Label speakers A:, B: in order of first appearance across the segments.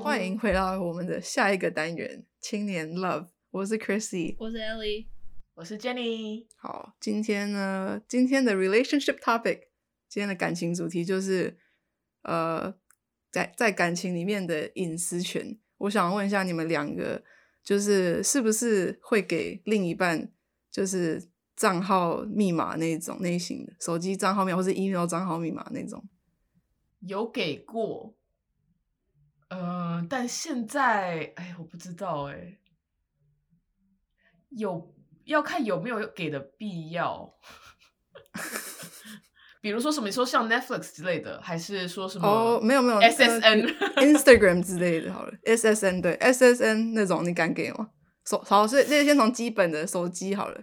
A: 欢迎回到我们的下一个单元——青年 Love。我是 Chrissy，
B: 我是 Ellie，
C: 我是 Jenny。
A: 好，今天呢，今天的 relationship topic，今天的感情主题就是，呃，在在感情里面的隐私权。我想问一下你们两个，就是是不是会给另一半，就是账号密码那一种类型的，手机账号密码或是 email 账号密码那种？
C: 有给过，呃，但现在，哎，我不知道、哎，有要看有没有给的必要。 比如说什么，你说像 Netflix 之类的，还是说什么？
A: 哦，没有没有
C: SSN
A: 呃 Instagram 之类的，好了，SSN 对 SSN 那种，你敢给吗？手好，所以这先从基本的手机好了。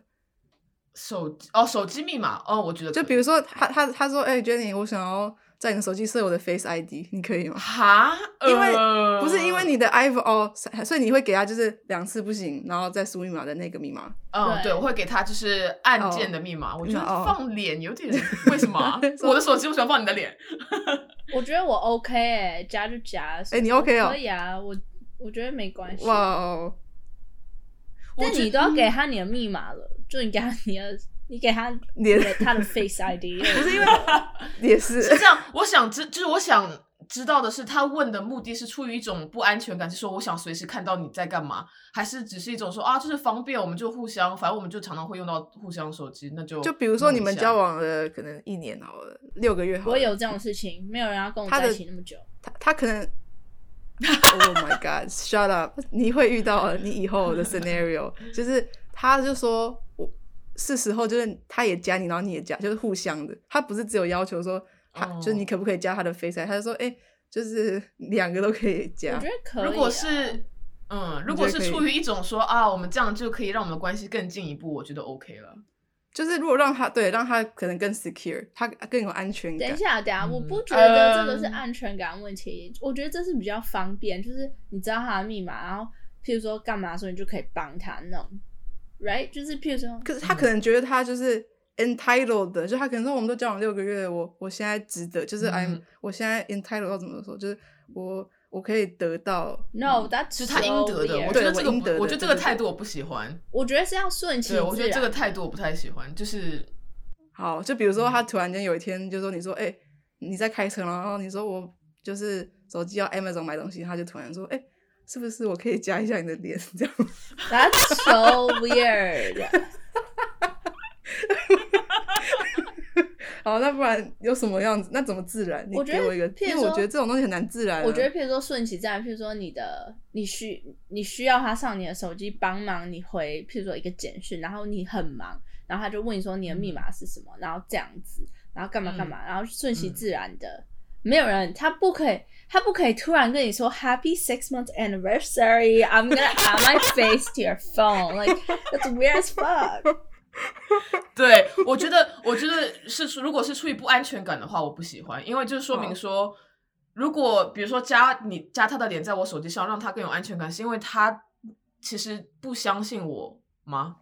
C: 手机哦，手机密码哦，我觉得
A: 就
C: 可以
A: 比如说他他他说，哎、j e n n y 我想要在你的手机设我的 Face ID，你可以吗？
C: 哈，
A: 因为
C: 呃
A: 不是因为你的 iPhone 哦，所以你会给他就是两次不行，然后再输密码的那个密码。
C: 嗯，对，
B: 对
C: 我会给他就是按键的密码。我觉得
A: 哦
C: 放脸 有点为什么啊？
A: 说
C: 我的手机为什么要放你的脸？
B: 我觉得我 OK 哎、夹就夹。
A: 哎你 OK 哦
B: 可以啊，我我觉得没
C: 哎
B: 关系。
A: 哇哦，
B: 但
C: 我觉嗯
B: 你都要给他你的密码了，就你给他你的，你给他
A: 你的
B: 你的他的 Face ID，不是因为
A: 也是
C: 是这样，我想知，就是我想知道的是，他问的目的是出于一种不安全感，是说我想随时看到你在干嘛，还是只是一种说啊，就是方便，我们就互相，反正我们就常常会用到互相手机，那就
A: 就比如说你
C: 弄
A: 们
C: 一下
A: 交，往了可能一年好了，六个月好了，
B: 我有这种事情，没有人要跟我
A: 他的
B: 哦在一起那么久。
A: 他他可 能，Oh my God，shut up！你 会遇到你以后 的 scenario，就是他就说我是时候，就是他也加你，然后你也加，就是互相的。他不是只有要求说他
C: 哦
A: 就是你可不可以加他的 face，ID，他就说哎、就是两个都可以
B: 我
A: 加
B: 觉。得可以、啊。
C: 如果是。嗯，如
A: 你
C: 果
A: 觉得可
C: 是
A: 以
C: 出于一种说啊，我们这样就可以让我们的关系更进一步，我觉得 OK 了。
A: 就是如果让他对让他可能更 secure，他更有安全
B: 等一
A: 感。
B: 下，等一下，
C: 嗯
B: 我不觉得这个是
C: 嗯
B: 安全感问题，我觉得这是比较方便，就是你知道他的密码，然后譬如说干嘛的时候，你就可以帮他弄，right？就是譬如说，
A: 可是他可能觉得他就是 entitled 的，就他可能说我们都交往六个月了，我我现在值得，就是 I'm、
C: 嗯
A: 我现在 entitled 要怎么说，就是我我可以得到
B: No，that's
C: 是他应得
B: so
C: 的，我
B: weird
C: 觉
A: 对
C: 得这
A: 我
C: 个
A: 嗯应
C: 不
A: 得的
C: 我觉得这
A: 对
C: 个
A: 对
C: 态
A: 对
C: 度我不喜欢。
B: 我觉得是要顺其自
C: 对，
B: 然。
C: 我觉得这个态度我不太喜欢，就是
A: 好，就比如说他突然间有一天就说你说哎、你在开车吗，然后你说我就是手机要 Amazon 买东西，他就突然说哎、是不是我可以加一下你的脸 这样？
B: That's so weird。
A: 好，那不然有什么样子？那怎么自然？ 你
B: 我觉
A: 给
B: 得
A: 我一个，
B: 譬如
A: 因为我
B: 说
A: 觉得这种东西很难自然啊、
B: 我觉得，譬如说顺其自然，譬如说你的你需你需要他上你的手机帮忙你回，譬如说一个简讯，然后你很忙，然后他就问你说你的密码是什么，然后这样子，然后干嘛干嘛，
A: 嗯
B: 然后顺其自然的。没有人，他不可以，他不可以突然跟你说 Happy six month anniversary. I'm gonna add my face to your phone. Like that's weird as fuck.
C: 对，我觉得，我觉得是出，如果是出于不安全感的话，我不喜欢，因为就是说明说，如果比如说加你加他的脸在我手机上，让他更有安全感，是因为他其实不相信我吗？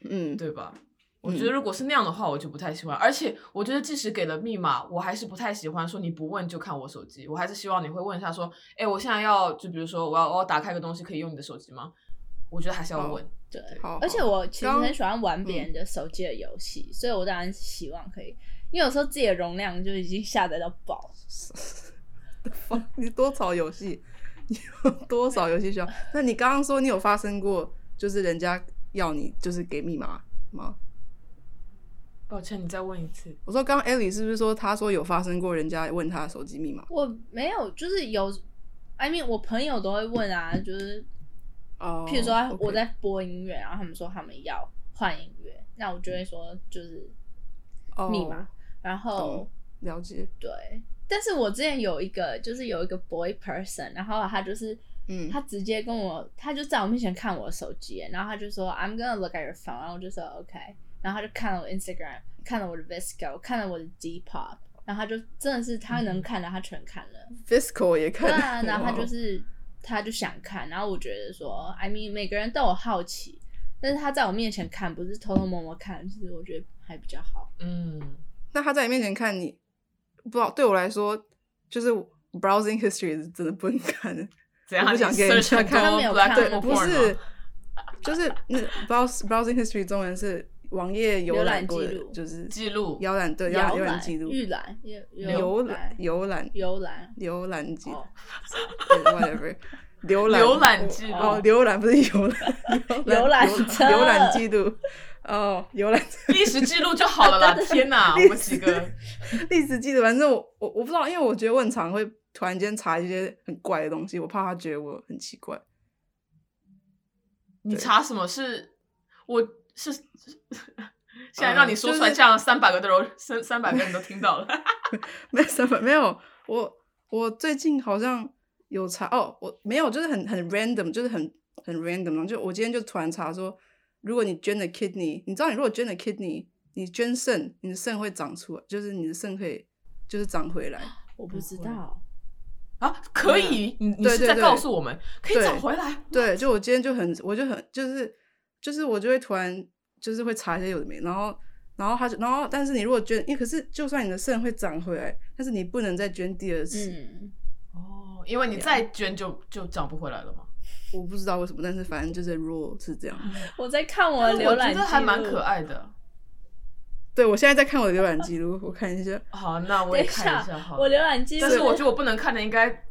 A: 嗯，
C: 对吧？我觉得如果是那样的话，我就不太喜欢。而且我觉得，即使给了密码，我还是不太喜欢说你不问就看我手机。我还是希望你会问一下说，哎，我现在要就比如说我要我要打开个东西，可以用你的手机吗？我觉得还是要
A: 好
C: 问。
B: 对，
A: 好
B: 而且
A: 好
B: 我其实
A: 刚嗯
B: 很喜欢玩别人的手机的游戏，所以我当然希望可以，因为有时候自己的容量就已经下载到爆。
A: 你多少游戏？你有 多少游戏需要？那你刚刚说你有发生过，就是人家要你就是给密码吗？
C: 抱歉，你再问一次。
A: 我说刚刚 Ellie 是不是说她说有发生过人家问她的手机密码？
B: 我没有，就是有，I mean，我朋友都会问啊，就是
A: 哦
B: 譬如说
A: OK
B: 我在播音乐，然后他们说他们要换音乐，那我就会说就是
A: 哦
B: 密码，然后
A: 懂了解，
B: 对。但是我之前有一个，就是有一个 boy person，然后他就是，
A: 嗯
B: 他直接跟我，他就在我面前看我的手机，然后他就说 I'm gonna look at your phone，然后我就说 OK，然后他就看了我 Instagram，看了我的 Visco，看了我的 Depop，然后他就真的是他能看的他全看 了，
A: ，Fiscal 也
B: 对
A: 看，
B: 啊，然后他
A: 嗯哇哦
B: 就是他就想看，然后我觉得说，I mean 每个人都有好奇，但是他在我面前看，不是偷偷摸摸看，其实我觉得还比较好。
C: 嗯，
A: 那他在你面前看你，不知道对我来说，就是 browsing history 是真的不能看的。
C: 怎样？
A: 我不想给人家看
B: 他没有看
A: 对
B: 过，
A: 不是，就是那 browse browsing history 中文是网页
B: 浏
A: 浏
B: 览
A: 览
B: 记
A: 过的
B: 录，
A: 就是
C: 记录
A: 浏览对
B: 摇
A: 浏览
B: 篮
A: 记录，
B: 预览、浏
A: 浏览
B: 览、
A: 浏览
B: 游览。
A: 浏览记
B: 哦
A: whatever 浏览
C: 浏览记录
A: 哦，浏览不是浏览
B: 浏览
A: 浏
B: 车
A: 浏览记录哦，浏览
C: 历史记录就好了 啦。天哪，啊我们几个
A: 历史记 录，反正我我我不知道，因为我觉得我很常会突然间查一些很怪的东西，我怕他觉得我很奇怪。
C: 你
A: 对
C: 查什么是？我是现在让你说出
A: 呃
C: 来，
A: 就是
C: 这样三百个都有三三百个人都听到了。
A: 没什么，没有。我我最近好像有查哦，我没有，就是很很 random，就是很很 random。就我今天就突然查说，如果你捐了 kidney，你知道你如果捐了 kidney，你捐肾，你的肾会长出来，就是你的肾可以就是长回来。
B: 我不知道，
C: 啊，可以，你你
A: 对
C: 是
A: 对
C: 在
A: 对
C: 告诉我们可以
A: 对
C: 找回来？
A: 对，就我今天就很，我就很就是就是我就会突然就是会查一些有的没，然后然后他就然后但是你如果捐，因为可是就算你的肾会长回来，但是你不能再捐第二次。
B: 嗯，
C: 哦，因为你
A: 啊
C: 再捐就就找不回来了嘛。
A: 我不知道为什么，但是反正就是 rule 是这样。
B: 我在看我的
C: 但是
B: 浏览
C: 我
B: 记
C: 觉得
B: 录，
C: 还蛮可。爱的。
A: 对，我现在在看我的浏览记录，我 看一下。
C: 好，那我
B: 等
C: 也
B: 一
C: 看
B: 下
C: 一下好，
B: 我浏览记录，
C: 但是我觉得我不能看的应该，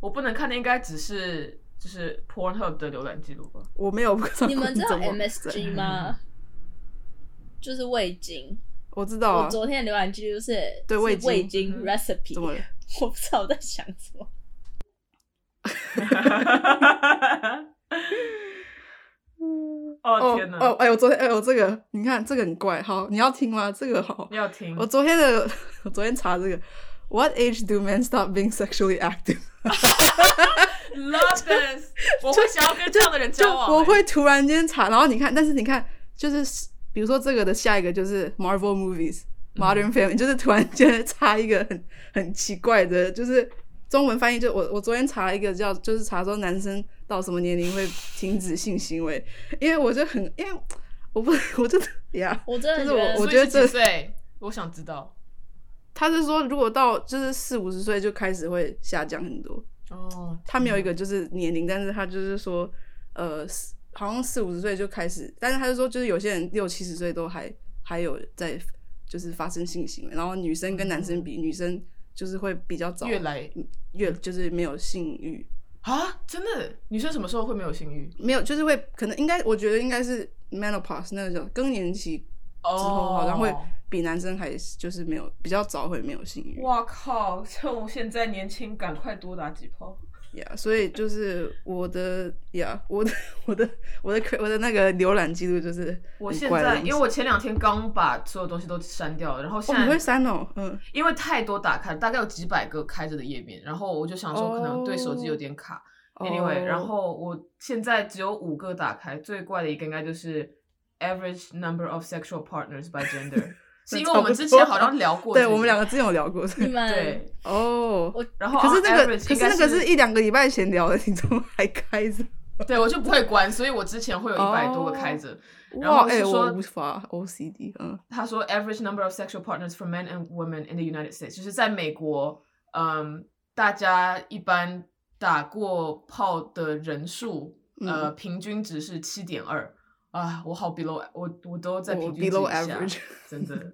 C: 我不能看的应该只是就是 Pornhub 的浏览记录吧。
A: 我没有不知道
B: 你 们知道
A: 怎么在
B: MSG 吗？就是味精。
A: 我知道
B: 我
A: 啊，
B: 昨天的浏览记录是
A: 对
B: 是
A: 味
B: 味
A: 精
C: 嗯
B: recipe，
A: 怎么了
B: 我不知道我在想什么。
C: 哦天哪！
A: 哦，哎，我昨天哎，我这个你看这个很怪，好，你要听吗？这个好，
C: 要听
A: 我昨天的 我昨天查这个，What age do men stop being sexually active？
C: Love this，我会想要跟这样的人
A: 就
C: 交往。欸
A: 我会突然间查，然后你看，但是你看，就是比如说这个的下一个就是 Marvel movies。Modern
C: 嗯
A: Family 就是突然间 插一个很很奇怪的，就是中文翻译就我我昨天查了一个叫就是查说男生到什么年龄会停止性行为，因为我就很因为我不 我真的呀，
B: 我真的
A: 就是
B: 觉得
A: 我
C: 所以
A: 觉得
C: 是
A: 这
C: 几岁，我想知道。
A: 他是说如果到就是四五十岁就开始会下降很多，
C: 哦，
A: 他没有一个就是年龄，但是他就是说呃四好像四五十岁就开始，但是他就说就是有些人六七十岁都还还有在就是发生性行为，然后女生跟男生比，女生就是会比较早
C: 嗯越来
A: 越就是没有性欲，
C: 啊，真的，女生什么时候会没有性欲？
A: 没有就是会可能应该我觉得应该是 menopause 那个叫更年期
C: 哦
A: 之后，好像会比男生还就是没有比较早会没有性欲。
C: 哇靠！趁我现在年轻，赶快多打几炮。
A: 呀所以就是我的呀我的我的我的我的那个浏览记录就是
C: 我
A: 很
C: 现
A: 怪的
C: 在，
A: 东
C: 因为
A: 西哦
C: 我前两天刚把所有东西都删掉了，然后现
A: 哦、你会
C: 在
A: 删哦，嗯，
C: 因为太多打开，大概有几百个开着的页面，然后我就想说可能对手机有点卡。Anyway，、
A: 哦
C: 然后我现在只有五个打开，最怪的一个应该就是 average number of sexual partners by gender，是因为我们之前好像聊过这
A: 对
C: 个，
A: 我们两个之前有聊过这
B: 你
A: 个
B: 们
C: 对，
A: 哦。
B: 我
C: 嗯然后
A: 可是
C: on
A: 那个，
C: average
A: 可
C: 应
A: 是
C: 该
A: 那个
C: 是
A: 是一两个礼拜前聊的，你怎么还开着？
C: 对我就不会关，所以我之前会有一百多个开着。然
A: 哇，
C: 后是
A: 哎、
C: 说
A: 我无法 OCD，嗯，
C: 他说 average number of sexual partners for men and women in the United States，就是在美国，嗯，大家一般打过炮的人数，
A: 嗯
C: 呃，平均值是七点二啊，我好 below，我我都在
A: 我
C: 平均值
A: below
C: 以下
A: average
C: 真的。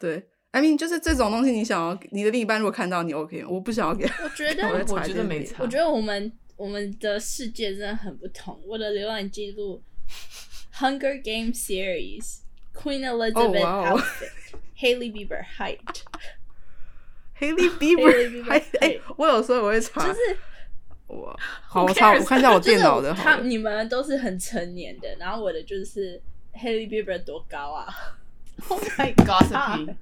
A: 对，I mean 就是这种东西，你想要你的另一半如果看到你 OK，吗我不想要给他。
B: 我觉
A: 我在
B: 得
A: 查
C: 我觉得
A: 这
C: 没
A: 点
C: 差，
B: 我觉得我们我们的世界真的很不同。我的浏览记录，《Hunger Game Series》Queen Elizabeth
A: 哇哦
B: outfit、Haley Bieber height，
A: Haley
B: Bieber，
A: Bieber 还哎、
B: 对
A: 我有时候我会查，
B: 就是
A: 我好，我
C: cares？
A: 查，我看一下我
B: 就
A: 电
B: 是
A: 脑的，
B: 他
A: 好了，
B: 你们都是很成年的，然后我的就是 Haley Bieber 多高啊？Oh my god！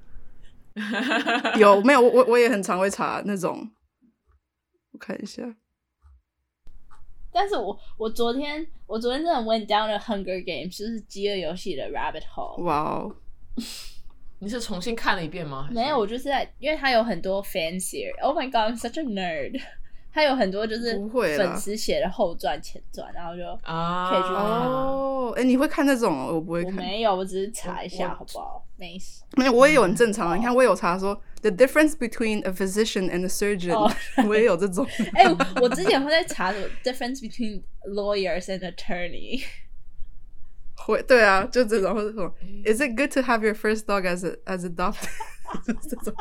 C: gossipy，
A: 有没有？我我我也很常会查那种，我看一下，
B: 但是我我昨天我昨天真的 went down the Hunger Games，就是饥饿游戏的 rabbit hole。
A: 哇哦，
C: 你是重新看了一遍吗？还是
B: Oh 没有，我，就是在，因为它有很多 fan series。Oh my god，I'm such a nerd。 他有很多就是
A: 不会啦
B: 粉丝写的后传、前传，然后就
C: 啊，
B: 可以去看
A: 哦，哎，你会看那种哦？我不会
B: 我
A: 看，
B: 没有，我只是查一下
C: 我
B: 好不好？没事。
A: 没有，我也有很正常啊
C: 哦
A: 的。你看，我有查说 the difference between a physician and a surgeon，、
B: 哦
A: 我也有这 种。
B: 哎、我我之前会在查什么 difference between lawyers and attorney，
A: 会对啊，就这种或者什么，Is
C: 哎
A: it good to have your first dog as a, as adopted？就是这种，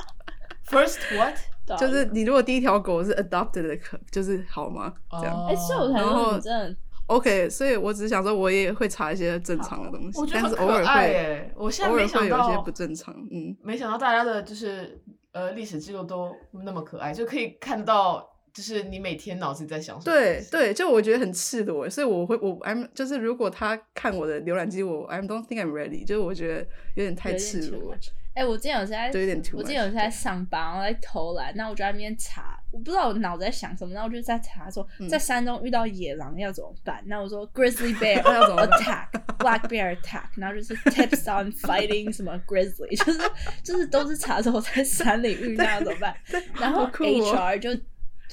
C: First what？
B: 对啊
A: 就是你如果第一条狗是 adopted 的，可就是好吗？这
C: 哦
A: 样。
B: 哎、所以我
A: 哦
B: 才
A: 然
B: 说
A: 后
B: 你真的
A: OK，所以我只是想说，我也会查一些正常的东西
C: 我，觉得
A: 但
C: 很
A: 是偶
C: 可
A: 尔
C: 爱
A: 会
C: 哎，我现在
A: 偶
C: 没
A: 尔
C: 想
A: 会有一些
C: 到
A: 不，正常。嗯，
C: 没想到大家的就是呃历史记录都那么可爱，就可以看到就是你每天脑子里在想什么。
A: 对，对，就我觉得很赤裸，所以我会我 I'm 就是如果他看我的浏览记，我 I don't think I'm ready，就是我觉得有点太
B: 有
A: 赤
B: 点 too
A: 裸。
B: much。哎、我之前有时在，
A: 就有点 too
B: 我之前有时
A: much，
B: 在上班，然后在偷懒，那我就在那边查，我不知道我脑子在想什么，那我就在查说，
A: 嗯
B: 在山中遇到野狼要怎么办？那我说 grizzly bear
A: 要怎么办
B: attack black bear attack，然后就是 tips on fighting 什么 grizzly，就是就是都是查说我在山里遇到要怎么办， 然后
A: 好酷哦
B: HR 就。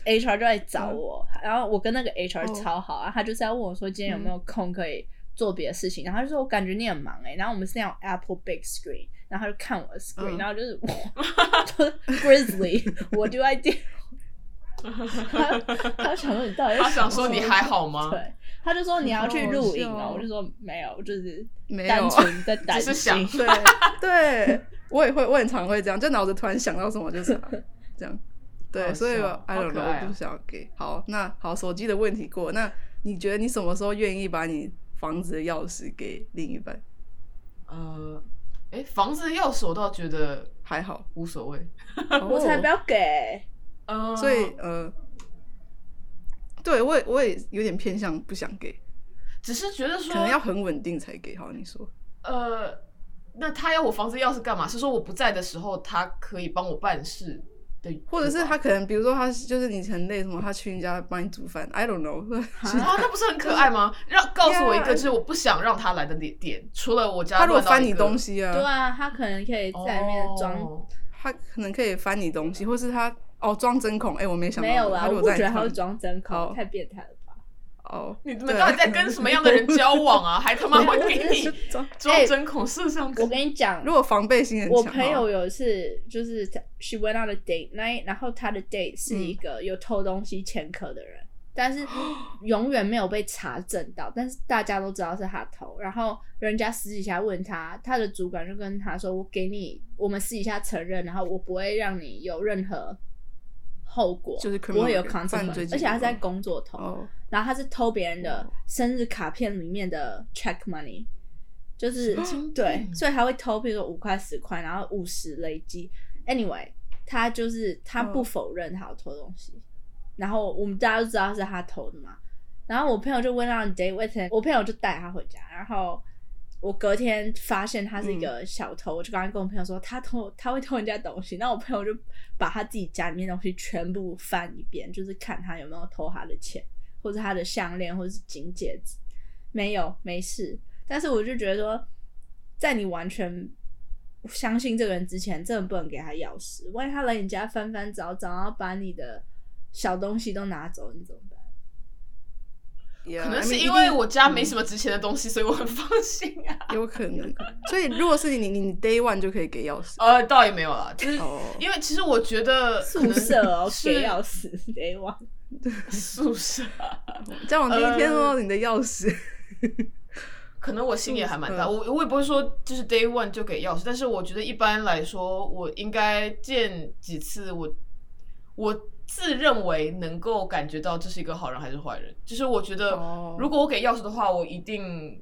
B: HR 就来找
C: 嗯
B: 我，然后我跟那
C: 哦
B: 个 HR 超好啊，他就是要问我说今天有
C: 嗯
B: 没有空可以做别的事情，然后他就说我感觉你很忙哎、然后我们是那种 Apple Big Screen，然后他就看我的
A: 嗯
B: screen，、然后就是 我就是 Grizzly，What do I do？他他想说你到底在
C: 他想
B: 什么
C: 说你还好吗？
B: 对，他就说你要去露营
A: 好好
B: 哦
A: 笑，
B: 我就说没有，我就是
A: 没有
B: 单纯在担
C: 只是
B: 心
C: 想。
A: 对对，我也会，我很常会这样，就脑子突然想到什么就查，这样。对，
C: 好
A: 所以
C: 笑
A: 我 I
C: 好
A: don't
C: 可
A: know，、
C: 爱
A: 我
C: 啊
B: 哦
A: 不想给。好，那好，手机的问题过。那你觉得你什么时候愿意把你房子的钥匙给另一半？
C: 呃，哎，房子的钥匙我倒觉得
A: 还好，哦
C: 无所谓。
B: 我才不哦要 给，
C: 嗯，
A: 所以呃，对我也我也有点偏向不想给，
C: 只是觉得说
A: 可能要很稳定才给。好，你说
C: 呃，那他要我房子钥匙干嘛？是说我不在的时候，他可以帮我办事的，
A: 或者是他可能比如说他就是你很累什么，他去你家帮你煮饭，I don't know
C: 啊，那不是很可爱吗？ 让告诉我一
A: Yeah
C: 个，就是我不想让他来的点点，除了我家
A: 他如果
C: 乱到
A: 翻
C: 一
A: 你
C: 个
A: 东西啊，
B: 对啊，他可能可以在里面装
C: 哦
A: 他可能可以翻你东西，或是他哦装针孔，哎、我没想到，
B: 没
C: 啊
B: 有啦，
A: 他如果
B: 我不
A: 在
B: 觉
A: 你
B: 得他会
A: 旁
B: 装针孔，
A: 好
B: 太变态了吧？
A: 哦，
C: 你们
A: 对
C: 到底在跟什么样的人交往啊？还他妈会给你
A: 装
C: 装针孔摄像头
B: 哎我？跟你 讲
A: 如，果防备心很强，哦
B: 我朋
A: 好
B: 友有一次就是她 she went on a date night，然后她的 date
A: 嗯
B: 是一个有偷东西前科的人，但是永远没有被查证到，但是大家都知道是他偷。然后人家私底下问他，他的主管就跟他说：“我给你，我们私底下承认，然后我不会让你有任何后果，
A: 就是 criminal
B: 不会有
A: record，犯罪
B: consequence。
A: 记录
B: 而且他是在工作偷，
A: 哦，
B: 然后他是偷别人的
A: 哦
B: 生日卡片里面的 check money，就是
A: 啊
C: 神经病
B: 对，所以他会偷，譬如说五块、十块，然后五十累积。Anyway，他就是他
A: 嗯
B: 不否认他有偷东西，然后我们大家都知道是他偷的嘛。然后我朋友就问让 day with him，我朋友就带他回家，然后。我隔天发现他是一个小偷，我就刚刚跟我朋友说他偷，他会偷人家东西。那我朋友就把他自己家里面的东西全部翻一遍，就是看他有没有偷他的钱。或者他的项链或者是金戒指，没有没事。但是我就觉得说，在你完全相信这个人之前，真的不能给他钥匙。万一他来你家翻翻找找，然后把你的小东西都拿走，你怎么办？
C: 可能
A: Yeah，I
C: 是
A: mean，
C: 因为我家
A: 嗯
C: 没什么值钱的东西，所以我很放心啊。
A: 有可能，所以如果是你，你你 day one 就可以给钥匙
C: 呃，倒也没有啦，就是
A: 哦
C: 因为其实我觉得可
B: 宿
C: 能
B: 舍 哦，
C: 是
B: 给钥 匙，得忘。
C: 宿舍，
A: 交往第一天
C: 呃
A: 哦，你的钥匙，
C: 可能我心也还蛮大，
A: 嗯
C: 我我也不会说就是 day one 就给钥匙，但是我觉得一般来说，我应该见几次我我自认为能够感觉到这是一个好人还是坏人，就是我觉得
A: 哦
C: 如果我给钥匙的话，我一定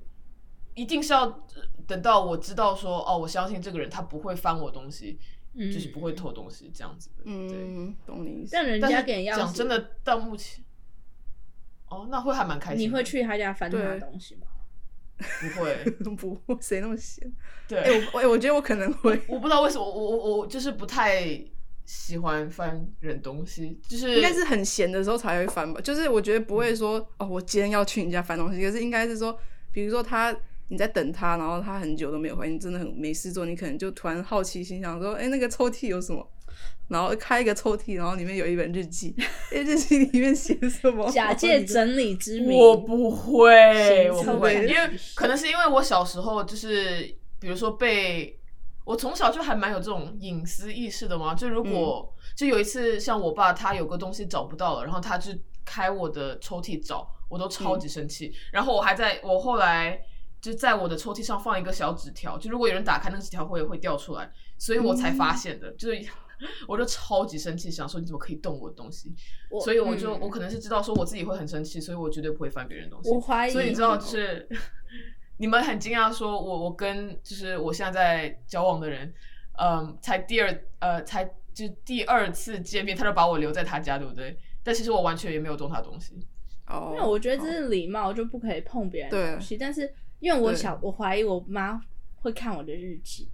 C: 一定是要呃等到我知道说哦，我相信这个人他不会翻我东西，
B: 嗯
C: 就是不会偷东西这样子的，对。
A: 嗯，懂你意思。
B: 但人
C: 但
B: 家
C: 是
B: 给你钥匙，
C: 讲真，的，到目前，哦，那会还蛮开心的。
B: 你会去他家翻他的
A: 对
B: 东西吗？
C: 不会？
A: 不会，谁那么闲？
C: 对，
A: 哎、我我我觉得我可能会，
C: 我不知道为什么，我我我就是不太喜欢翻人东西，就是
A: 应该是很闲的时候才会翻吧。就是我觉得不会说哦，我今天要去你家翻东西，可是应该是说，比如说他你在等他，然后他很久都没有回，你真的很没事做，你可能就突然好奇心想说，哎、那个抽屉有什么？然后开一个抽屉，然后里面有一本日记，诶日记里面写什么？
B: 假借整理之名，
C: 我不会，我不会，
A: 行
C: 因为可能是因为我小时候就是，比如说被我从小就还蛮有这种隐私意识的嘛。就如
B: 嗯
C: 果、就有一次，像我爸他有个东西找不到了，然后他就开我的抽屉找，我都超级生
B: 嗯
C: 气。然后我还在我后来就在我的抽屉上放一个小纸条，就如果有人打开那个纸条会会掉出来，所以我才
B: 嗯
C: 发现的，就是。 我就超级生气，想说你怎么可以动我的东西？
B: 我
C: 所以我就、
B: 嗯
C: 我可能是知道说我自己会很生气，所以我绝对不会翻别人的东西。
B: 我怀疑，
C: 所以你知道，就是 你们很惊讶，说我我跟就是我现在在交往的人，嗯，才第二呃才就第二次见面，他就把我留在他家，对不对？但其实我完全也没有动他东西。
A: 哦，
B: 因为我觉得这是礼貌，就不可以碰别人的东西。但是因为我
A: 对
B: 小，我怀疑我妈会看我的日记。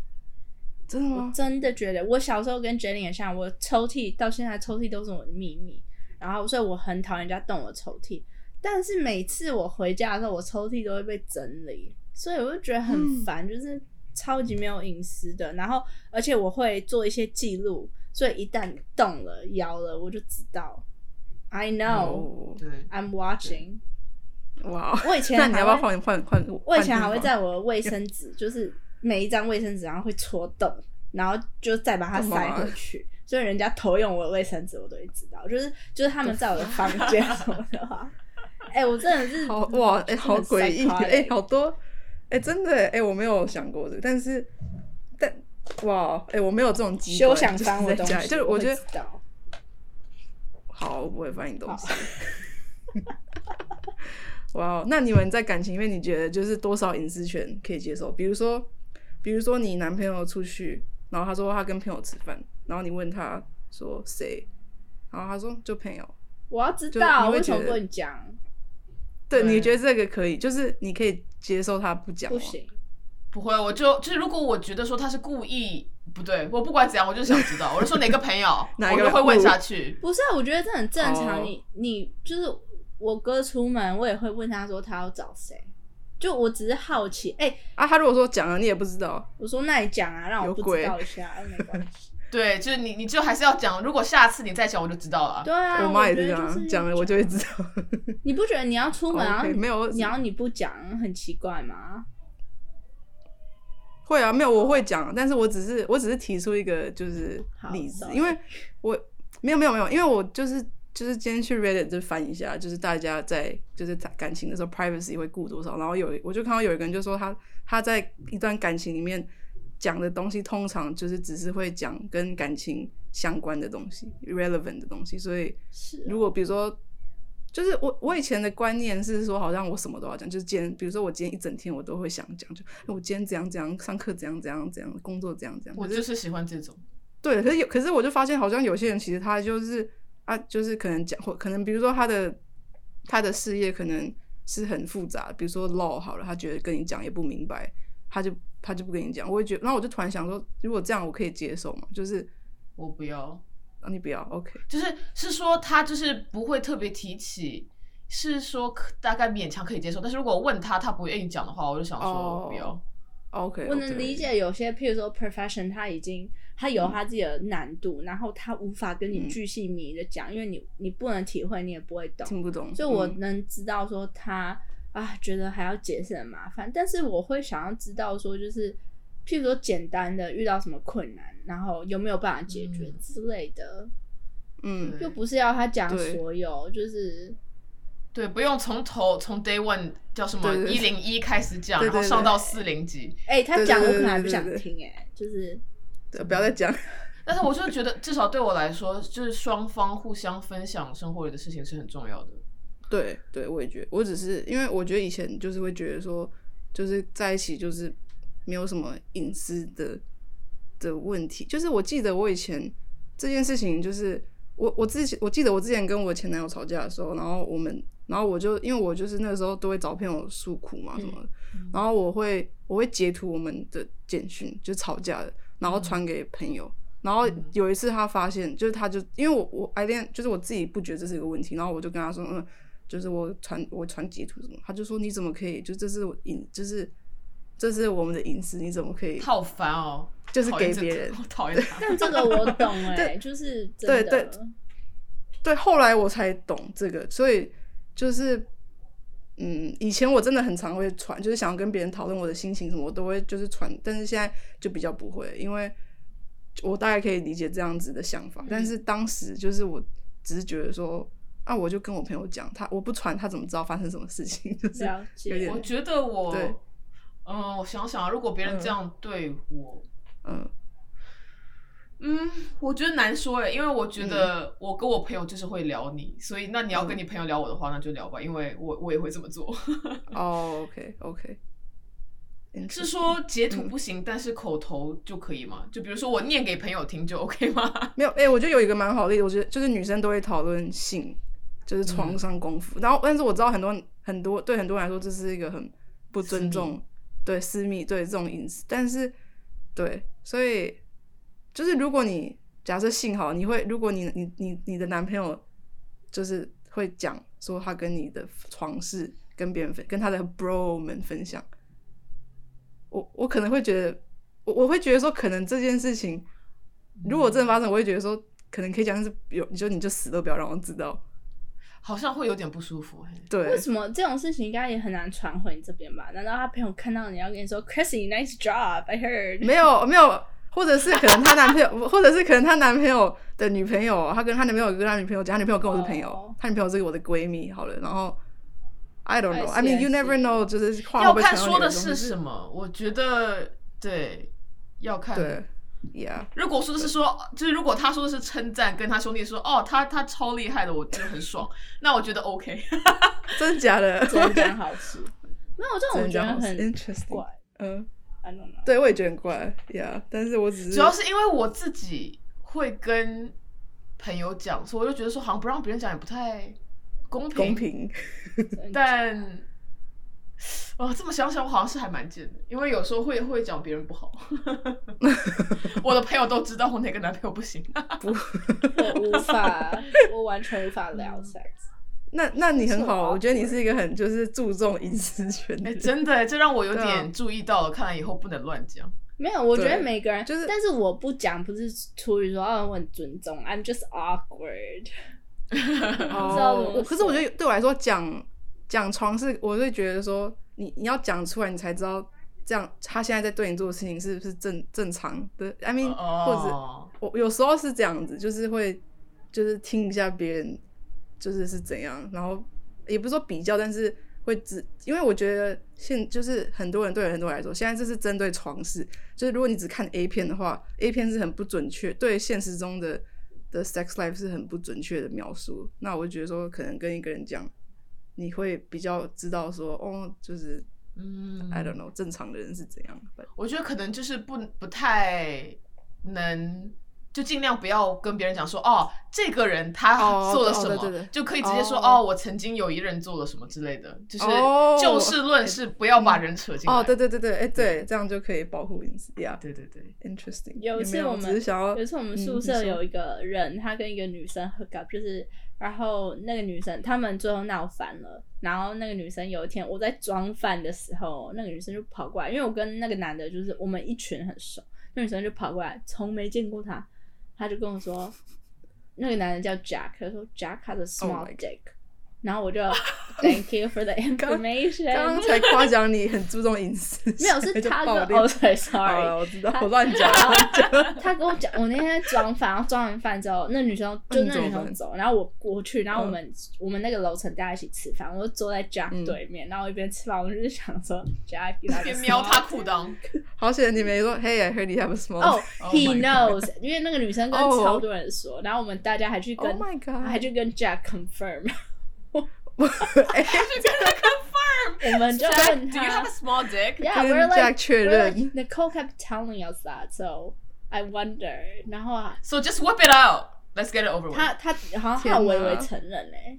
A: 真的
B: 我
A: 吗？
B: 真的觉得，我小时候跟 Jenny 很像，我抽屉到现在抽屉都是我的秘密，然后所以我很讨厌人家动我抽屉。但是每次我回家的时候，我抽屉都会被整理，所以我就觉得很烦，就是超级没有隐私的。然后而且我会做一些记录，所以一旦动了、摇了，我就知道。I know、
A: 哦，
C: 对，
B: I'm watching。
A: 哇哦，
B: 我以前
A: 那你要不要
B: 还会
A: 换换换？
B: 我以
A: 换
B: 前
A: 地
B: 还会
A: 方
B: 在我的卫生纸，就是每一张卫生纸，然后会戳洞，然后就再把它塞回去。所以人家偷用我的卫生纸，我都会知道，就是就是他们在我的房间什么的话，哎、我真的是
A: 好哇，哎、好诡异，哎、
B: 哎、
A: 好多，哎、真的、哎、我没有想过这个，但是，但哇，哎、我没有这种机
B: 休想翻我
A: 的
B: 东
A: 家
B: 西，
A: 里，就是我
B: 会
A: 觉得
B: 知道
A: 好，我不会翻你东西。 哇哦，那你们在感情里面，你觉得就是多少隐私权可以接受？比如说，比如说你男朋友出去，然后他说他跟朋友吃饭，然后你问他说谁，然后他说就朋友，
B: 我要知
A: 就
B: 道，
A: 你会
B: 为什么
A: 觉得
B: 不能讲？
A: 对，
C: 对
A: 你觉得这个可以，就是你可以接受他不讲吗，
B: 啊不行，
C: 不会，我就就是如果我觉得说他是故意不对，我不管怎样，我就想知道，我就说哪个 朋友，
A: 哪
C: 我
A: 个
C: 就会问
A: 人
C: 下去。
B: 不是、啊，我觉得这很正常。
A: 哦
B: 你你就是我哥出门，我也会问他说他要找谁，就我只是好奇，哎、
A: 啊，他如果说讲了，你也不知道，
B: 我说那你讲啊，让我
A: 有
B: 不知
A: 鬼
B: 道一下，哎没关系。
C: 对，就是你你就还是要讲，如果下次你再讲，我就知道了。
B: 对啊，
A: 我妈也
B: 觉
A: 是这
B: 得
A: 样啊
B: 就，是
A: 讲了我就会知道。
B: 你不觉得你要出门，
A: 哦
B: 然后
A: ，OK，
B: 你
A: 没有
B: 然后你不讲很奇怪吗？
A: 会啊，没有，我会讲，但是我只是我只是提出一个就是
B: 好
A: 例子，
B: sorry
A: 因为我没有没有没有，因为我就是就是今天去 Reddit 就翻一下，就是大家在就是在感情的时候 privacy 会顾多少，然后有我就看到有一个人就说他他在一段感情里面讲的东西，通常就是只是会讲跟感情相关的东西，relevant 的东西，所以
B: 是啊
A: 如果比如说，就是我我以前的观念是说，好像我什么都要讲，就是今天，比如说我今天一整天我都会想讲，就哎我今天怎样怎样，上课怎样怎样怎样，工作怎样怎样。
C: 我
A: 可是
C: 就是喜欢这种。
A: 对，可是有，可是我就发现，好像有些人其实他就是啊，就是可能讲，或可能比如说他的他的事业可能是很复杂，比如说 law 好了，他觉得跟你讲也不明白，他就他就不跟你讲。我会觉得，然后我就突然想说，如果这样我可以接受嘛？就是
C: 我不要，
A: 啊，你不要 OK，
C: 就是是说他就是不会特别提起，是说可大概勉强可以接受，但是如果问他他不愿意讲的话，我就想说
A: 哦
C: 不要。
A: OK，
B: 我能理。解有些，譬如说 profession，他已经他有他自己的难度，然后他无法跟你
A: 嗯
B: 巨细靡的讲，因为你你不能体会，你也不会懂，
A: 听不懂，
B: 所以我
A: 嗯
B: 能知道说他、啊觉得还要解释很麻烦，但是我会想要知道说就是。譬如说简单的遇到什么困难，然后有没有办法解决
C: 嗯
B: 之类的，
A: 嗯，
C: 对
B: 又不是要他讲
A: 对
B: 所有，就是
C: 对，不用从头从 day one 叫什么
A: 对对
C: 一零一开始讲，
A: 对
C: 然
A: 对
C: 后上到四零级。
B: 哎、他
A: 对
B: 讲我
A: 对
B: 可
A: 对
B: 能还
A: 对
B: 不
A: 对
B: 想
A: 对
B: 听、哎，就是
A: 对，不要再讲。
C: 但是我就觉得，至少对我来说，就是双方互相分享生活里的事情是很重要的。
A: 对对，我也觉得，我只是因为我觉得以前就是会觉得说，就是在一起就是没有什么隐私的的问题。就是我记得我以前这件事情，就是我我之前我记得我之前跟我前男友吵架的时候，然后我们，然后我就因为我就是那个时候都会找朋友诉苦嘛什么的，
C: 嗯
A: 然后我会我会截图我们的简讯，就吵架的，然后传给朋友。然后
C: 嗯
A: 有一次他发现，就是他就因为我我 I d e 就是我自己不觉得这是一个问题，然后我就跟他说，嗯，就是我传我传截图什么，他就说你怎么可以，就这是我隐，就是这是我们的隐私，你怎么可以？
C: 好烦哦！
A: 就是
C: 讨厌
A: 给
C: 这
A: 别人。
C: 我讨厌他。
B: 但这个我懂哎、
A: 对
B: 就是真
A: 对
B: 的
A: 对对，后来我才懂这个，所以就是，嗯，以前我真的很常会传，就是想要跟别人讨论我的心情什么，我都会就是传，但是现在就比较不会，因为我大概可以理解这样子的想法，
C: 嗯
A: 但是当时就是我只是觉得说，啊，我就跟我朋友讲，他我不传，他怎么知道发生什么事情？ 就是
B: 了
A: 有
B: 解
A: 点
C: 我觉得我
A: 对，
C: 嗯，我想想啊，如果别人这样对我，
A: 嗯
C: 嗯，我觉得难说诶，因为我觉得我跟我朋友就是会聊你，所以那你要跟你朋友聊我的话，那就聊吧，因为我我也会这么做。
A: 哦，OK OK，
C: 是说截图不行，但是口头就可以吗？就比如说我念给朋友听就 OK 吗？
A: 没有，哎、我觉得有一个蛮好的例子，我觉得就是女生都会讨论性，就是床上功夫。然后，但是我知道很多很多对很多人来说，这是一个很不尊
C: 私
A: 重，对私密，对这种隐私。但是，对，所以就是如果你假设性好，你会如果你你你你的男朋友就是会讲说他跟你的床事跟别人分，跟他的 bro 们分享，我我可能会觉得，我我会觉得说，可能这件事情如果真的发生，我会觉得说，可能可以讲，但是有你就你就死都不要让我知道。
C: 好像会有点不舒服。嘿
A: 对
B: 为，什么这种事情应该也很难传回你这边吧？难道他朋友看到你要跟你说 “Chrissy，nice job”，I heard？
A: 没有没有，或者是可能她男朋友， 或者是可能她男朋友的女朋友，她跟她男朋友跟她女朋友讲，她女朋友跟我是朋友
B: 哦，
A: 她、女朋友是我的闺蜜。好了，然后 I don't
B: I
A: know，I
B: see,
A: mean you
B: I
A: never
B: see.
A: know，就是话
C: 要
A: 会不会
C: 看
A: 传到
C: 说
A: 你
C: 的
A: 中
C: 是什么，我觉得对，要看。
A: 对，Yeah，
C: 如果说的是说，就是如果他说的是称赞，跟他兄弟说，哦，他他超厉害的，我就很爽，那我觉得 OK。
A: 真的假的？
B: 真讲好吃，没有这种我
A: 真
B: 觉
A: 的
B: 得
A: 好
B: 很
A: interesting
B: 怪。。
A: 嗯，
B: I don't know。
A: 对，我也觉得很怪，Yeah，但是我只是
C: 主要是因为我自己会跟朋友讲，所以我就觉得说，好像不让别人讲也不太公平。
A: 公平。
C: 但哦，这么想想，我好像是还蛮贱的，因为有时候会会讲别人 不好。我的朋友都知道我哪个男朋友 不行。
B: 我无法，我完全无法聊
A: 嗯
B: sex。
A: 那那你很
B: 是
A: 好，
B: 我
A: 我觉得你是一个很就是注重隐私权的
C: 哎、
A: 人。
C: 真的，这让我有
A: 对啊
C: 点注意到了，看来以后不能乱讲。
B: 没有，我觉得
A: 对
B: 每个人
A: 就是
B: 但是我不讲不是出于说哦我很尊重，I'm just awkward。不知 道怎么
A: 哦我可是
B: 说
A: 我觉得对我来说讲讲床是，我会觉得说你你要讲出来，你才知道这样他现在在对你做的事情是不是正正常的。I mean，、
C: 哦，
A: 或者我有时候是这样子，就是会就是听一下别人就是是怎样，然后也不是说比较，但是会只因为我觉得现就是很多人对很多人来说，现在这是针对床事，就是如果你只看 A 片的话，A 片是很不准确，对现实中的的 sex life 是很不准确的描述。那我就觉得说，可能跟一个人讲，你会比较知道说，哦，就是
C: 嗯
A: I don't know，正常的人是怎样。But-
C: 我觉得可能就是不不太能，就尽量不要跟别人讲说哦，这个人他
A: 哦
C: 做了
A: 对哦
C: 什么，
A: 对对对
C: 就可以直接说
A: 哦
C: 哦我曾经有一任做了什么之类的，就是、
A: 哦
C: 就事论事，不要把人扯进来。
A: 哦，对对对对，哎、对，这样就可以保护隐私呀。
C: 对对对，
A: Interesting，
B: 有一
A: 没
B: 次
A: 有
B: 我们
A: 只是想要，
B: 有一次我们
A: 嗯
B: 宿
A: 你
B: 舍
A: 说
B: 有一个人，他跟一个女生 hook up，就是然后那个女生他们最后闹翻了，然后那个女生有一天我在装饭的时候，那个女生就跑过来，因为我跟那个男的就是我们一群很熟，那女生就跑过来，从没见过他，他就跟我说，那个男的叫 Jack，他说 Jack has a small
A: Oh my God
B: dick，、然后 我就 Thank you for the information，
A: 刚刚才夸奖你很注重隐私，
B: 没有是
A: 现在就
B: 他
A: 爆
B: 跟
A: 料
B: 哦对
A: 好了，
B: ，sorry，
A: 我知道，
B: 他
A: 我乱讲。
B: 然后他跟我讲，我那天在装饭，然后装完饭之后，那女生就
A: 嗯
B: 那
A: 怎么
B: 女生
A: 办
B: 走，然后我过去，然后
A: 嗯
B: 我们、我们那个楼层大家一起吃饭，我就坐在
A: 嗯
B: Jack 对面，然后我一边吃饭，我就是想说 Jack，
C: 别瞄他 裤裆，
A: 好险你没说，Hey, I heard you have a small.
B: 哦、
C: Oh
B: h e
C: my
B: knows，因为那个女生跟
A: 哦
B: 超多人说然后我们大家还去跟
A: Oh my god
B: 还去跟 Jack confirm，
A: 哎
B: 我们就
C: Jack,
B: 问
C: Do you have
B: 他
C: a small dick？
B: ，Yeah,
A: 跟
B: we're
A: Jack
B: like
A: 确
B: we're
A: 认
B: like, Nicole kept telling us that, so I wonder，然后啊，
C: So just whip it out. Let's get it over with.
B: 他他好像
A: 天哪
B: 他微微承认哎、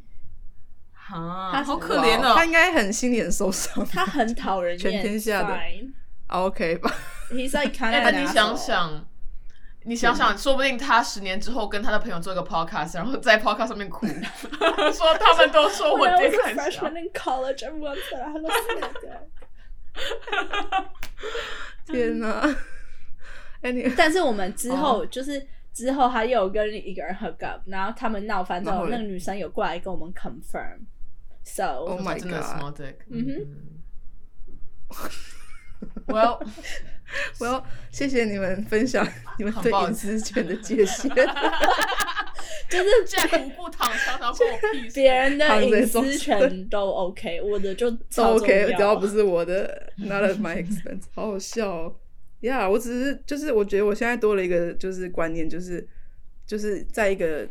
C: 啊，
B: 他
C: 好
B: 是
C: 可怜
A: 哇他
C: 哦。
A: 应该很心里很受伤。
B: 他很讨人厌，
A: 全天下的
B: fine
A: OK 吧？
B: He's like kind
C: 哎，
B: of。
C: 你想，想，你想想，说不定他十年之后跟他的朋友做一个 podcast，然后在 podcast 上面哭， 说他们都说我
B: When I
C: 爹
B: was
C: 很
B: a
C: 小
B: freshman。in college, everyone said I had a snack.
A: 天哪！ Anyway，
B: 但是我们之
A: 哦
B: 后就是之后他又有跟一个人 hook up，然后他们闹翻之
A: 然
B: 后，
A: 后嘞
B: 那个女生有过来跟我们 confirm。
A: Oh
B: So，
A: my
C: 真的
A: God
C: small dick。
B: 嗯哼
C: 嗯，Well，
A: 我要谢谢你们分享你们
C: 很
A: 对
C: 抱
A: 隐
C: 歉
A: 私权的界限，
B: 就是
C: 竟然不顾躺枪，然后关我屁事。
B: 别人的
A: 躺着
B: 隐
A: 松
B: 私权都 OK，我的就
A: 都
B: 超重
A: OK，只要
B: 要
A: 不是我的，not at my expense，好 好笑哦。Yeah，我只是就是我觉得我现在多了一个就是观念，就是就是在一个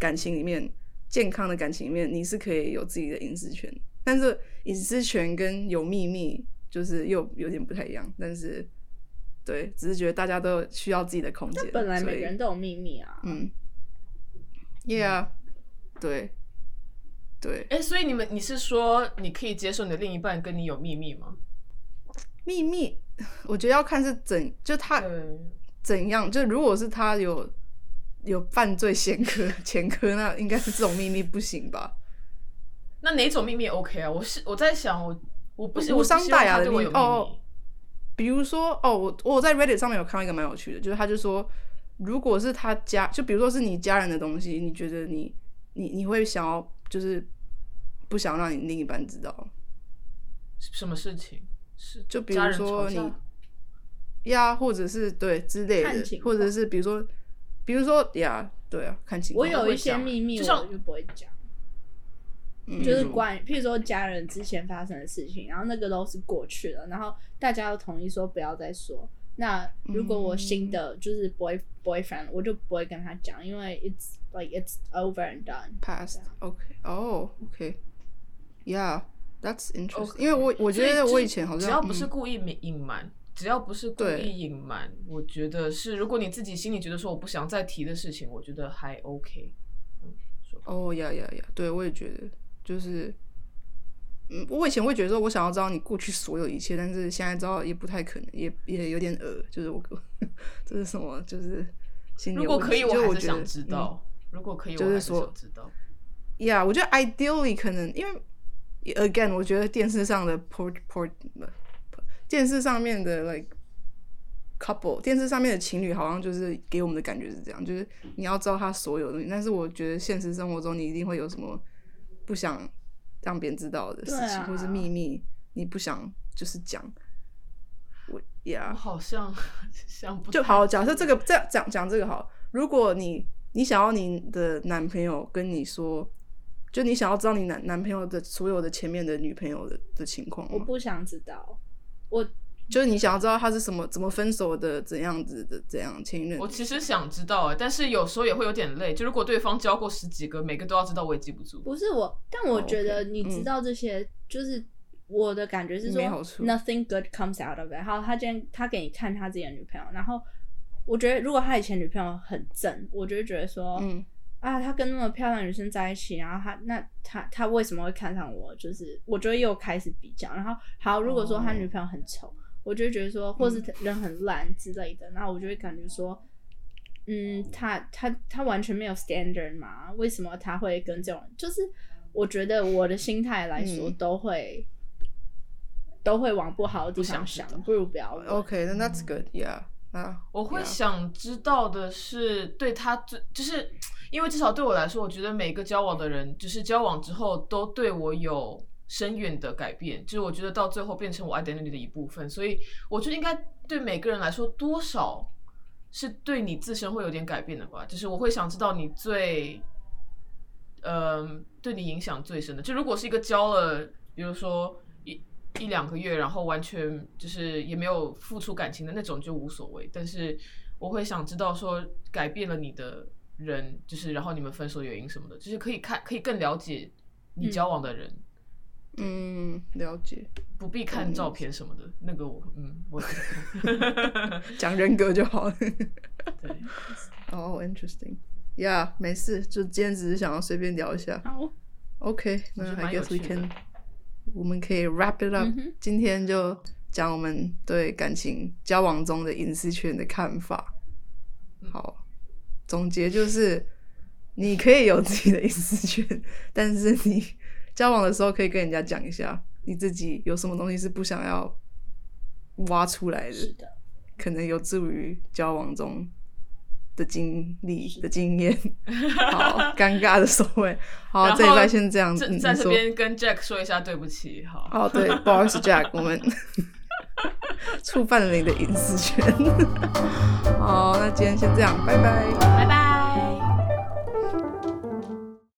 A: 感情里面，健康的感情里面，你是可以有自己的隐私权，但是隐私权跟有秘密就是又有点不太一样，但是对，只是觉得大家都需要自己的空间，
B: 本来
A: 所以
B: 每个人都有秘密啊。
A: 嗯，Yeah，对，对，
C: 哎，所以你们你是说你可以接受你的另一半跟你有秘密吗？
A: 秘密， 我觉得要看是怎，就他
C: 对，
A: 怎样，就如果是他有有犯罪前科 前科，那应该是这种秘密不行吧？
C: 那哪种秘密 OK 啊？我是我在想，我我不是
A: 无
C: 我
A: 伤大雅
C: 我
A: 的
C: 对我
A: 秘
C: 有
A: 密
C: 秘
A: 哦
C: 密。。
A: 比如说哦，我我在 Reddit 上面有看到一个蛮有趣的，就是他就说，如果是他家，就比如说是你家人的东西，你觉得你你你会想要就是不想让你另一半知道，
C: 什么事情？是
A: 就比
C: 家
A: 如
C: 人
A: 说
C: 吵架
A: 你呀，或者是对之类
B: 看
A: 的
B: 情，
A: 或者
B: 况
A: 是比如说比如说呀，对啊，看情
B: 我
A: 况。
B: 有一些秘密，
C: 就像
B: 我就不会讲，
A: 嗯
B: 就是关于，譬如说家人之前发生的事情，然后那个都是过去了，然后大家都同意说不要再说。那如果我新的
A: 嗯
B: 就是 boy boyfriend，我就不会跟他讲，因为 it's like it's over and done。
A: past. OK，哦、o k y e a h that's interesting.
C: OK
A: 因为我我觉
C: 所以
A: 得
C: 就是
A: 我以前好像
C: 只要不是
A: 嗯
C: 故意隐隐瞒，只要不是故
A: 对
C: 意隐瞒，我觉得是如果你自己心里觉得说我不想再提的事情，我觉得还 OK。
A: 哦呀呀呀，对我也觉得就是，嗯，我以前会觉得说我想要知道你过去所有一切，但是现在知道也不太可能，也也有点恶，就是我 这是什么，就是心理
C: 如果
A: 问
C: 可以，
A: 题就是
C: 还
A: 嗯我
C: 是
A: 觉
C: 想
A: 得
C: 知
A: 嗯
C: 道。如果可以，我
A: 就是
C: 还是
A: 说
C: 想知道。
A: Yeah，我觉得 ideally 可能因为 again，我觉得电视上的 port port 电视上面的 like couple，电视上面的情侣好像就是给我们的感觉是这样，就是你要知道他所有的东西。但是我觉得现实生活中你一定会有什么不想让别人知道的事
B: 对
A: 情，
B: 啊
A: 或是秘密，你不想就是讲。我 yeah，
C: 我好像 想不
A: 就
C: 太
A: 好，
C: 出
A: 假设这个这样讲讲这个好，如果你你想要你的男朋友跟你说，就你想要知道你男男朋友的所有的前面的女朋友的的情况
B: 我
A: 吗，
B: 不想知道，我
A: 就是你想要知道他是什么怎么分手的，怎样子的怎样前任
C: 我，其实想知道哎，但是有时候也会有点累。就如果对方交过十几个，每个都要知道，我也记不住。
B: 不是我，但我
A: 哦
B: 觉得
A: ，OK，
B: 你知
A: 嗯
B: 道这些，就是我的感觉是说
A: 没好处
B: ，nothing good comes out of it。好，他今天他给你看他自己的女朋友，然后我觉得如果他以前女朋友很正，我就会觉得说，
A: 嗯，
B: 啊，他跟那么漂亮的女生在一起，然后他那他他为什么会看上我？就是我就会又开始比较，然后好，如果说他
A: 哦
B: 女朋友很丑，我就会觉得说，或是人很烂之类的，然后我就会感觉说，嗯，他他他完全没有 standard 嘛，为什么他会跟这种？就是我觉得我的心态来说，
A: 嗯
B: 都会、都会往不好的地方
C: 不想
B: 想
C: 知道，
B: 不如不要问。
A: OK，那
C: 嗯
A: that's good，yeah，啊，
C: 我会
A: yeah
C: 想知道的是，对他最就是，因为至少对我来说，我觉得每个交往的人，就是交往之后都对我有深远的改变，就是我觉得到最后变成我 identity 的一部分，所以我觉得应该对每个人来说，多少是对你自身会有点改变的吧。就是我会想知道你最，嗯，对你影响最深的，就如果是一个交了，比如说一一两个月，然后完全就是也没有付出感情的那种就无所谓，但是我会想知道说改变了你的人，就是然后你们分手原因什么的，就是可以看可以更了解你交往的人，
A: 嗯，了解，
C: 不必看照
A: 嗯
C: 片什么的。那个我嗯我
A: 讲人格就好了。
C: 对
A: 哦、i n t e r e s t i n g y e a h 没事，就今天只是想要随便聊一下。
B: 好，
A: OK，
C: 我觉
A: 那
C: 得
A: I
C: 蛮有
A: guess we
C: 趣的
A: can，我们可以 wrap it up、
B: 嗯哼
A: 今天就讲我们对感情交往中的隐私权的看法。
C: 嗯
A: 好，总结就是，你可以有自己的隐私权， 但是你交往的时候可以跟人家讲一下，你自己有什么东西是不想要挖出来的。
B: 是的，
A: 可能有助于交往中的经历的经 验。好，尴尬的收尾。好，
C: 然
A: 这一
C: 后
A: 拜先这样子。
C: 这
A: 嗯
C: 在
A: 你
C: 这
A: 说
C: 边跟 Jack 说一下对不起，好，
A: 哦， 对，不好意思，Jack，我们 触犯了你的隐私权。好，那今天先这样，拜拜。
B: 拜拜。